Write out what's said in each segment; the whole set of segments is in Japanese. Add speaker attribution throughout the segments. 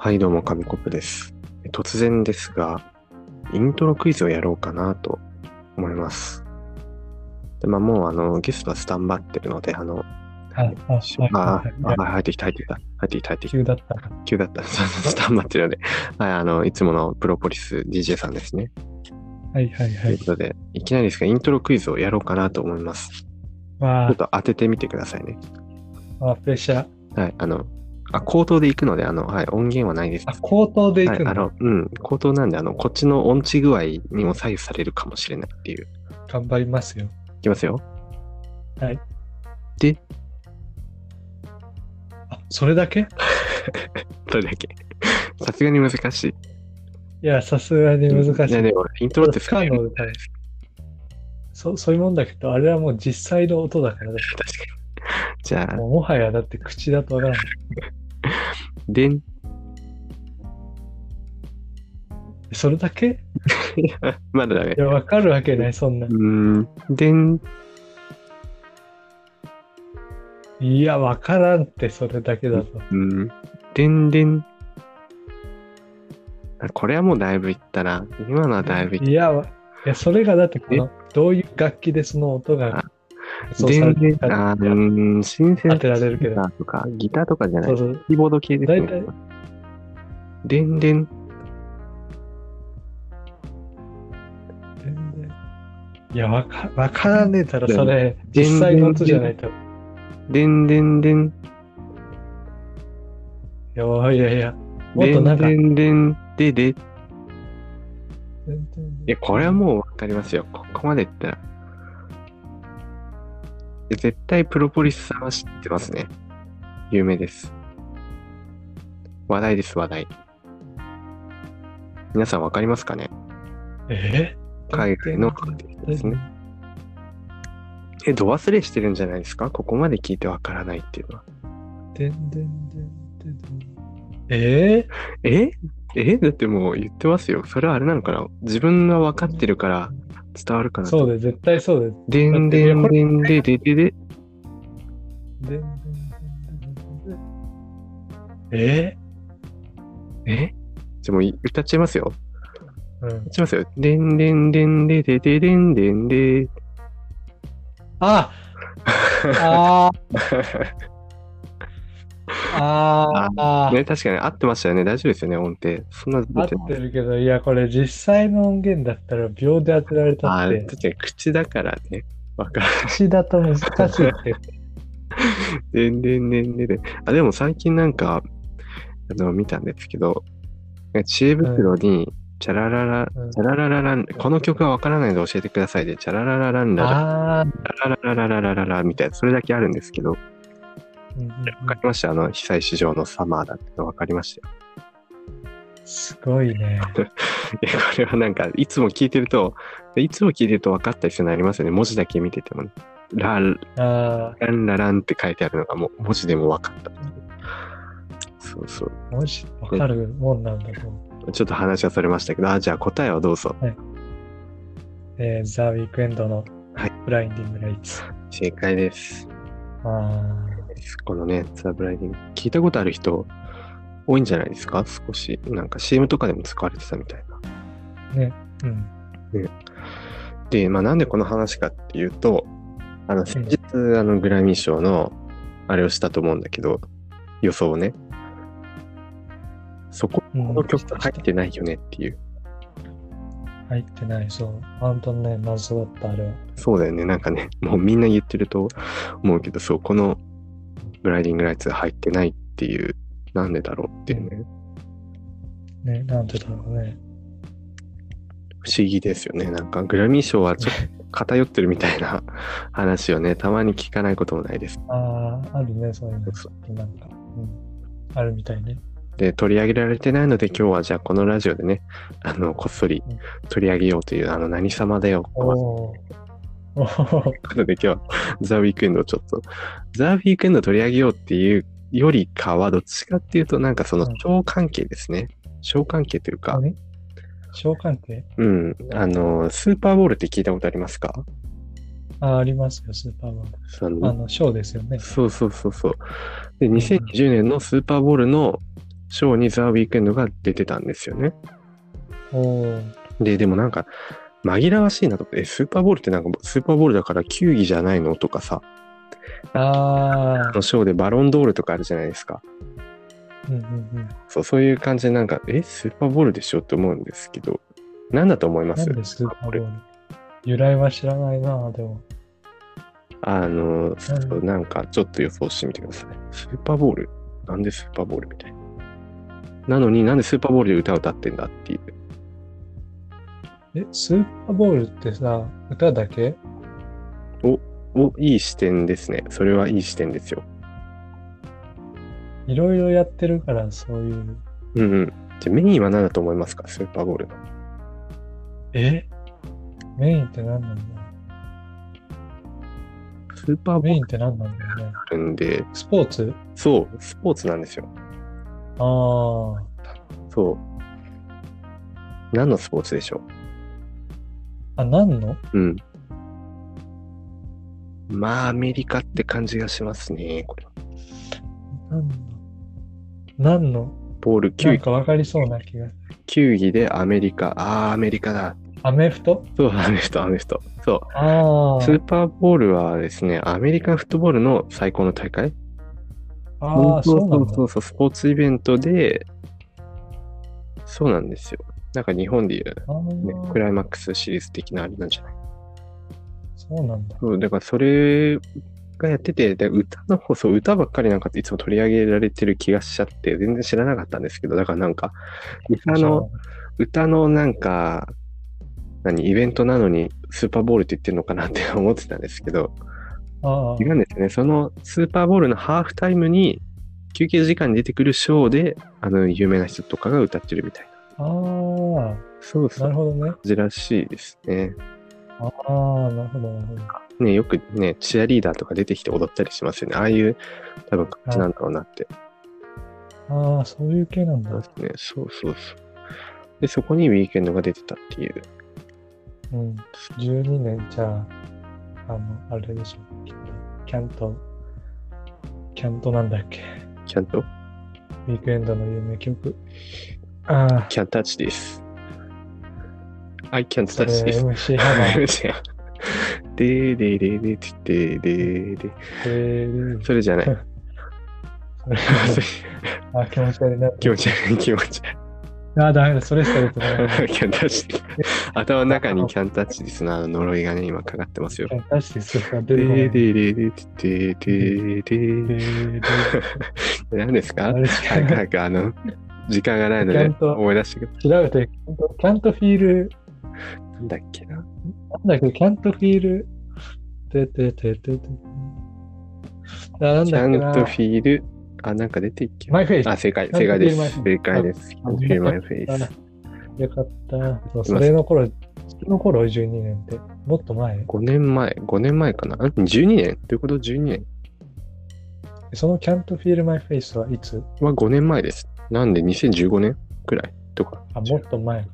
Speaker 1: はい、どうも、紙コップです。突然ですが、イントロクイズをやろうかなと思います。で、まあ、もう、あの、ゲストはスタンバってるので、あの、
Speaker 2: あ、あ、はい
Speaker 1: あ
Speaker 2: はい、
Speaker 1: あ、入ってきた、入ってきた、入ってきた、入ってきた、
Speaker 2: 急だったら。
Speaker 1: 急だった、そう そうスタンバってるので、はい、あの、いつものプロポリス DJ さんですね。
Speaker 2: はいはいは
Speaker 1: という
Speaker 2: い
Speaker 1: こ。とで、いきなりですが、イントロクイズをやろうかなと思います。ち
Speaker 2: わ
Speaker 1: ょ
Speaker 2: あ
Speaker 1: っと当ててみてくださいね。
Speaker 2: あ、プレッシャー。
Speaker 1: はい、あの、あ、口頭で行くので、あの、はい、音源はないです。
Speaker 2: あ、口頭でい
Speaker 1: はい、
Speaker 2: く
Speaker 1: あ
Speaker 2: の。
Speaker 1: の、うん、口頭なんで、あの、こっちの音痴具合にも左右されるかもしれないっていう。
Speaker 2: 頑張りますよ。
Speaker 1: いきますよ。
Speaker 2: あ、それだけ
Speaker 1: それだけ。 さすがに難しい。
Speaker 2: いや、さすがに難しい。
Speaker 1: やでも、イントロって
Speaker 2: 不可能だねそそういうもんだけど、あれはもう実際の音だからだ
Speaker 1: 確かに。じゃあ
Speaker 2: も、うもはやだって口だとわからない。
Speaker 1: でん。
Speaker 2: それだけ
Speaker 1: まだだね
Speaker 2: い。や、わかるわけない、そんな
Speaker 1: う。ーん、でん。
Speaker 2: いや、わからんって、それだけだと。
Speaker 1: うん。でんでん。あこれはもうだいぶいったな。今のはだいぶいっ
Speaker 2: いや、わいやそれがだってこの、どういう楽器でその音が
Speaker 1: あ、た。
Speaker 2: そう
Speaker 1: で
Speaker 2: さ
Speaker 1: ん
Speaker 2: れ
Speaker 1: で
Speaker 2: て
Speaker 1: ん。
Speaker 2: る
Speaker 1: あ
Speaker 2: か
Speaker 1: ーうーん、シンセ
Speaker 2: 当
Speaker 1: サイ
Speaker 2: てられるけ
Speaker 1: ザ
Speaker 2: ど。
Speaker 1: ーとか、ギターとかじゃな
Speaker 2: そ。
Speaker 1: いう
Speaker 2: そう。
Speaker 1: キーボード系です
Speaker 2: 大
Speaker 1: ね
Speaker 2: 体。
Speaker 1: でんでん。
Speaker 2: 全然いや、わかわからねえだろ、
Speaker 1: でも
Speaker 2: それ。
Speaker 1: 全然
Speaker 2: 実際の音じゃないと。い
Speaker 1: でんでんでん。
Speaker 2: やいやいや。もっ
Speaker 1: で
Speaker 2: と
Speaker 1: ん
Speaker 2: なんか
Speaker 1: でんでん。でで。い
Speaker 2: 全然
Speaker 1: や、これはもうわかりますよ。ここまでいったら。え絶対プロポリスさんは知ってますね。有名です。話題です、話題。皆さんわかりますかね
Speaker 2: え
Speaker 1: 海外のアーティストですね。え、ど忘れしてるんじゃないですかここまで聞いてわからないっていうのは。
Speaker 2: 全然全然え
Speaker 1: ええだってもう言ってますよ。それはあれなのかな自分がわかってるから伝わるか
Speaker 2: ー
Speaker 1: なと
Speaker 2: そうで、絶対そう
Speaker 1: でんでんでんでででで。
Speaker 2: で。全然え
Speaker 1: えじゃあもうい歌っちゃいますよ。
Speaker 2: ーうん
Speaker 1: 歌っちゃいますよ。でんでんでんででででんでんで。
Speaker 2: ああーああ
Speaker 1: ね、確かに合ってましたよね。大丈夫ですよね、音程。そんなず
Speaker 2: 合
Speaker 1: れ
Speaker 2: って
Speaker 1: ない
Speaker 2: てるけど、いや、これ実際の音源だったら秒で当てられた
Speaker 1: あ
Speaker 2: っ
Speaker 1: ー、
Speaker 2: て、
Speaker 1: 確かに口だからね。わかる。
Speaker 2: 口だと難しいって。
Speaker 1: でんでんでんでで。あ、でも最近なんか、あの、見たんですけど、知恵袋に、チャラララ
Speaker 2: うん、
Speaker 1: チャララララン、この曲はわからないので教えてくださいで、チャラララランラ
Speaker 2: ああ、
Speaker 1: ラ、ラララララララみたいな、それだけあるんですけど、
Speaker 2: うんうんうん
Speaker 1: わかりました。あの、被災市場のサマーだってのわかりましたよ。
Speaker 2: すごいね。
Speaker 1: いやこれはなんか、いつも聞いてると、いつも聞いてると分かったりするのありますよね。文字だけ見てても、ね。ラン
Speaker 2: あ
Speaker 1: ランラランって書いてあるのがもう文字でも分かった。そうそう。
Speaker 2: あ、もしわかるもんなんだと思う。
Speaker 1: ちょっと話はそれましたけど、あ、じゃあ答えはどうぞ。
Speaker 2: えー、ザ・ウィークエンドの
Speaker 1: はい
Speaker 2: ブラインディング・ライツ。
Speaker 1: 正解です。
Speaker 2: あ
Speaker 1: このね、ザ・ブライディング。聞いたことある人多いんじゃないですか少し。なんか CM とかでも使われてたみたいな。
Speaker 2: あ、ね。うん。
Speaker 1: で、まあ、なんでこの話かっていうと、あの、先日、あの、グラミー賞の、あれをしたと思うんだけど、予想をね。そこ、
Speaker 2: うん
Speaker 1: この曲入ってないよねっていう。
Speaker 2: 入ってない、そう。本当にね、謎だった、あれは。
Speaker 1: そうだよね。なんかね、もうみんな言ってると思うけど、そう、この、ブライディングライツ入ってないっていう、なんでだろうっていうね。
Speaker 2: ね、なんてだろうね。
Speaker 1: 不思議ですよね。なんか、グラミー賞はちょっと偏ってるみたいな 話をね、たまに聞かないこともないです。
Speaker 2: ああ、あるね、そういう
Speaker 1: そ
Speaker 2: の
Speaker 1: う。そう
Speaker 2: なんか、うん。あるみたいね。
Speaker 1: で、取り上げられてないので、今日はじゃあこのラジオでね、あの、こっそり取り上げようという、あの、何様だよ。とい
Speaker 2: お
Speaker 1: う
Speaker 2: おー。おー
Speaker 1: ことで、今日は ザ・ウィークエンドをちょっと、ザ・ウィークエンドを取り上げようっていうよりかは、どっちかっていうと、なんかその
Speaker 2: うん、
Speaker 1: 超関係ですね。小関係というか、
Speaker 2: 何小関係
Speaker 1: うん、あの、スーパーボールって聞いたことありますか
Speaker 2: あー、ありますよ、スーパーマン。
Speaker 1: そ
Speaker 2: あ
Speaker 1: の
Speaker 2: の、ショーですよね。
Speaker 1: そうそうそうそう。で、2020年のスーパーボールのショーにザ・ウィークエンドが出てたんですよね。
Speaker 2: おー
Speaker 1: で、でもなんか、紛らわしいなと思って、えスーパーボールってなんか、スーパーボールだから球技じゃないのとかさ、
Speaker 2: あ
Speaker 1: あのショーでバロンドールとかあるじゃないですか。
Speaker 2: ー、うんうん
Speaker 1: そう、そういう感じでなんか、え、スーパーボールでしょって思うんですけど、何だと思い
Speaker 2: うん。
Speaker 1: ま
Speaker 2: な
Speaker 1: す
Speaker 2: んでスーパーボール由来は知らないな、でも。
Speaker 1: あの、
Speaker 2: なん
Speaker 1: そうなんかちょっと予想してみてください。スーパーボールなんでスーパーボールみたいな。なのになんでスーパーボールで歌を歌ってんだっていう。
Speaker 2: え、スーパーボールってさ、歌だけ
Speaker 1: お、いい視点ですね。それはいい視点ですよ。
Speaker 2: いろいろやってるから、そういう。
Speaker 1: うんうん。じゃあメインは何だと思いますかスーパーボールの。
Speaker 2: えメインって何なんだろ
Speaker 1: スーパー
Speaker 2: う
Speaker 1: ボ
Speaker 2: メ
Speaker 1: ー
Speaker 2: イ
Speaker 1: ル
Speaker 2: ンって何なんだろうね。
Speaker 1: あるんで、
Speaker 2: スポーツ
Speaker 1: そう、スポーツなんですよ。
Speaker 2: ああ、
Speaker 1: そう。何のスポーツでしょ
Speaker 2: あ、何の
Speaker 1: ううん。まあ、アメリカって感じがしますね。これ
Speaker 2: 何の何の
Speaker 1: ボール
Speaker 2: な
Speaker 1: 球
Speaker 2: んかわかりそうな気がする。
Speaker 1: 球技でアメリカ。ああ、アメリカだ。
Speaker 2: アメフト
Speaker 1: そう、アメフト、アメフト。そ
Speaker 2: あ
Speaker 1: う。スーパーボールはですね、アメリカンフットボールの最高の大会
Speaker 2: あ、ああ、
Speaker 1: そ
Speaker 2: そううなんだ
Speaker 1: そ。うそう、スポーツイベントで、そうなんですよ。なんか日本でいう、
Speaker 2: あ
Speaker 1: ね
Speaker 2: ー、
Speaker 1: クライマックスシリーズ的なあれなんじゃない
Speaker 2: そうなんだ。
Speaker 1: そう、だからそれがやってて、で歌の方、そう、歌ばっかりなんかいつも取り上げられてる気がしちゃって、全然知らなかったんですけど、だからなんか、歌の、歌のなんか、何、イベントなのにスーパーボールって言ってるのかなって思ってたんですけど、
Speaker 2: ああ
Speaker 1: 違、うんですよね。そのスーパーボールのハーフタイムに休憩時間に出てくるショーで、あの、有名な人とかが歌ってるみたいな。
Speaker 2: ああ、
Speaker 1: そうそ
Speaker 2: な
Speaker 1: う。
Speaker 2: るほどね。
Speaker 1: 感じらしいですね。
Speaker 2: ああ、なるほど、なるほど。
Speaker 1: ね、よくね、チアリーダーとか出てきて踊ったりしますよね。ああいう、多分感じなんだろうなって。
Speaker 2: ああ、そういう系なんだ。
Speaker 1: そうですね。そうそうそう。で、そこにウィーケンドが出てたっていう。
Speaker 2: うん。12年じゃあ、あの、あれでしょ。きっとキャント、キャントなんだっけ。
Speaker 1: キャント
Speaker 2: ウィークエンドの有名曲。ああ、
Speaker 1: キャンタッチです。I can't
Speaker 2: それ
Speaker 1: touch this.
Speaker 2: MC ハマー。
Speaker 1: でーでーでーでーでーでーでー
Speaker 2: えー
Speaker 1: それ じゃない。
Speaker 2: それあ、気持ち悪いな。
Speaker 1: 気持ち悪い気持ち
Speaker 2: ああ、ダメだ。それしか出てない。
Speaker 1: 悪い。キャンタッチ。頭の中にキャンタッチですな。呪いがね、今かかってますよ。
Speaker 2: 確かにそれが出
Speaker 1: で
Speaker 2: てこない
Speaker 1: ーでーでーでーでーでーでーでー。
Speaker 2: えー
Speaker 1: 何ですか
Speaker 2: あれしかない
Speaker 1: 早くあの、時間がないので
Speaker 2: ちゃんと
Speaker 1: 思い出してくだ
Speaker 2: 調べて、キャントフィール、
Speaker 1: さいなんだっけな。
Speaker 2: なんだっけ、キャントフィール、ててててて。あ、なん
Speaker 1: キャン
Speaker 2: だっ
Speaker 1: ト
Speaker 2: けな
Speaker 1: フ。ィール、あ、なんか出ていっけ
Speaker 2: マイフェイス。
Speaker 1: あ、正解、
Speaker 2: キャン
Speaker 1: 正
Speaker 2: ト
Speaker 1: 解
Speaker 2: フィー
Speaker 1: で
Speaker 2: ルマイ
Speaker 1: す。
Speaker 2: フ
Speaker 1: 正解です。キャントフィールマイフェイス。
Speaker 2: よかった。そうそれの頃、その頃12年って、もっと前。
Speaker 1: 5年前、5年前かな。ん ?12 年ということ ?12 年
Speaker 2: そのキャントフィールマイフェイスはいつ
Speaker 1: は5年前です。なんで2015年くらいとか。
Speaker 2: あ、もっと前。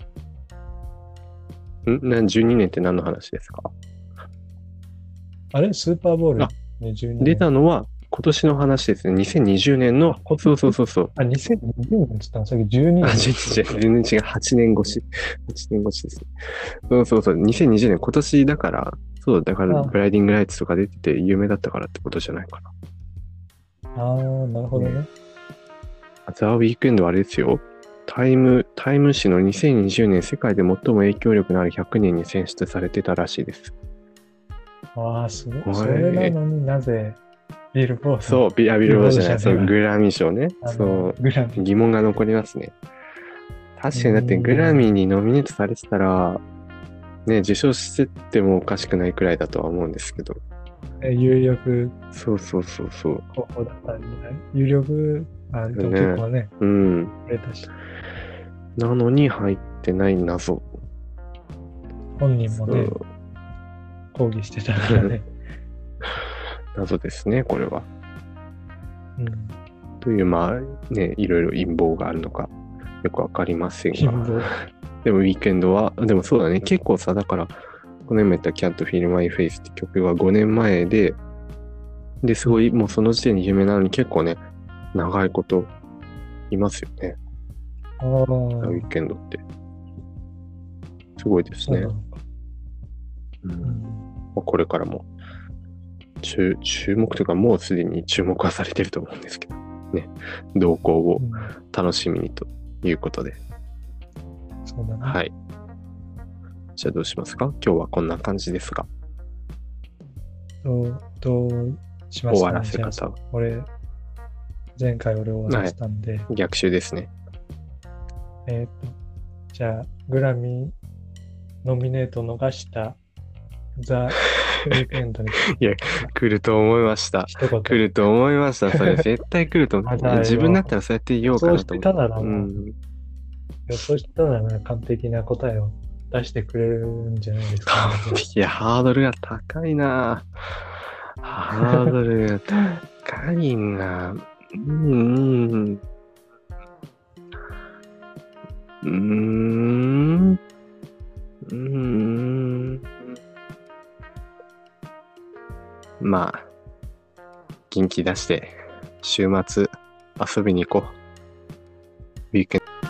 Speaker 1: んなん ?12 年って何の話ですか
Speaker 2: あれスーパーボール
Speaker 1: あ
Speaker 2: 2012年。
Speaker 1: 出たのは今年の話ですね。2020年の。そうそうそうそう。
Speaker 2: あ、2020年って言ったのさっき12年。
Speaker 1: あ、違う違う全然違う。8年越し。8年越しですね。そうそうそう。2020年、今年だから、そう、だから、
Speaker 2: あ
Speaker 1: ブライディングライツとか出てて有名だったからってことじゃないかな。
Speaker 2: あー、なるほどね。
Speaker 1: あザ・ウィークエンドはあれですよ。タイム、タイム誌の2020年世界で最も影響力のある100人に選出されてたらしいです。
Speaker 2: わあ、すご
Speaker 1: おい
Speaker 2: い。それなのになぜ、ビルボー。
Speaker 1: そうう、ビアビルボードじゃない、
Speaker 2: ビ
Speaker 1: そ、
Speaker 2: ルボードじゃないう
Speaker 1: グラミー賞ね。
Speaker 2: あの
Speaker 1: そ
Speaker 2: グラミ
Speaker 1: う、疑問が残りますね。確かにだってグラミーにノミネートされてたら、ね、受賞しててもおかしくないくらいだとは思うんですけど。
Speaker 2: ー、有力
Speaker 1: そうそうそうそう。
Speaker 2: 候補だったんじゃない有力、あでも
Speaker 1: ね
Speaker 2: 結構ね、
Speaker 1: うん。
Speaker 2: 売れたし、
Speaker 1: なのに入ってない謎。
Speaker 2: 本人もね
Speaker 1: そ、う
Speaker 2: 抗議してたからね。
Speaker 1: 謎ですね、これは。
Speaker 2: うん。
Speaker 1: という、まあ、ね、いろいろ陰謀があるのか、よくわかりません
Speaker 2: 貧
Speaker 1: が。
Speaker 2: 乏。
Speaker 1: でも、ウィークエンドは、でもそうだね、結構さ、だから、この今言ったキャントフィルマイフェイスって曲は5年前で、で、すごい、もうその時点で有名なのに結構ね、長いこと、いますよね。
Speaker 2: ああ、
Speaker 1: ダーウィン・ケンドって。すごいです
Speaker 2: そう
Speaker 1: ね
Speaker 2: な。のか。
Speaker 1: うん
Speaker 2: うん
Speaker 1: まあこれからも注注目というかもうすでに注目はされてると思うんですけどね動向を
Speaker 2: うん
Speaker 1: 楽しみにということで、
Speaker 2: そうだね。
Speaker 1: はいじゃあどうしますか今日はこんな感じですが
Speaker 2: どう、どうします
Speaker 1: 終
Speaker 2: か
Speaker 1: わ
Speaker 2: ね
Speaker 1: らせ
Speaker 2: じゃ
Speaker 1: 方は
Speaker 2: あ俺、前回俺終わらせたんで、
Speaker 1: 逆襲ですね
Speaker 2: えっ、と、じゃあ、グラミーノミネート逃したザ・ウィークエンドに
Speaker 1: 来ると思いました
Speaker 2: 一 言。
Speaker 1: 来ると思いましたそれ絶対来る と思
Speaker 2: まだ
Speaker 1: う
Speaker 2: よ
Speaker 1: 自分だったらそうやって言おうか
Speaker 2: そう
Speaker 1: な
Speaker 2: し
Speaker 1: と
Speaker 2: て
Speaker 1: 思
Speaker 2: た
Speaker 1: う
Speaker 2: なら、
Speaker 1: うん、
Speaker 2: 予想してたなら完璧な答えを出してくれるんじゃないですか、ね
Speaker 1: いやハードルが高いなハードルが高いなうんうんうーんうーんまあ元気出して週末遊びに行こうウィークエン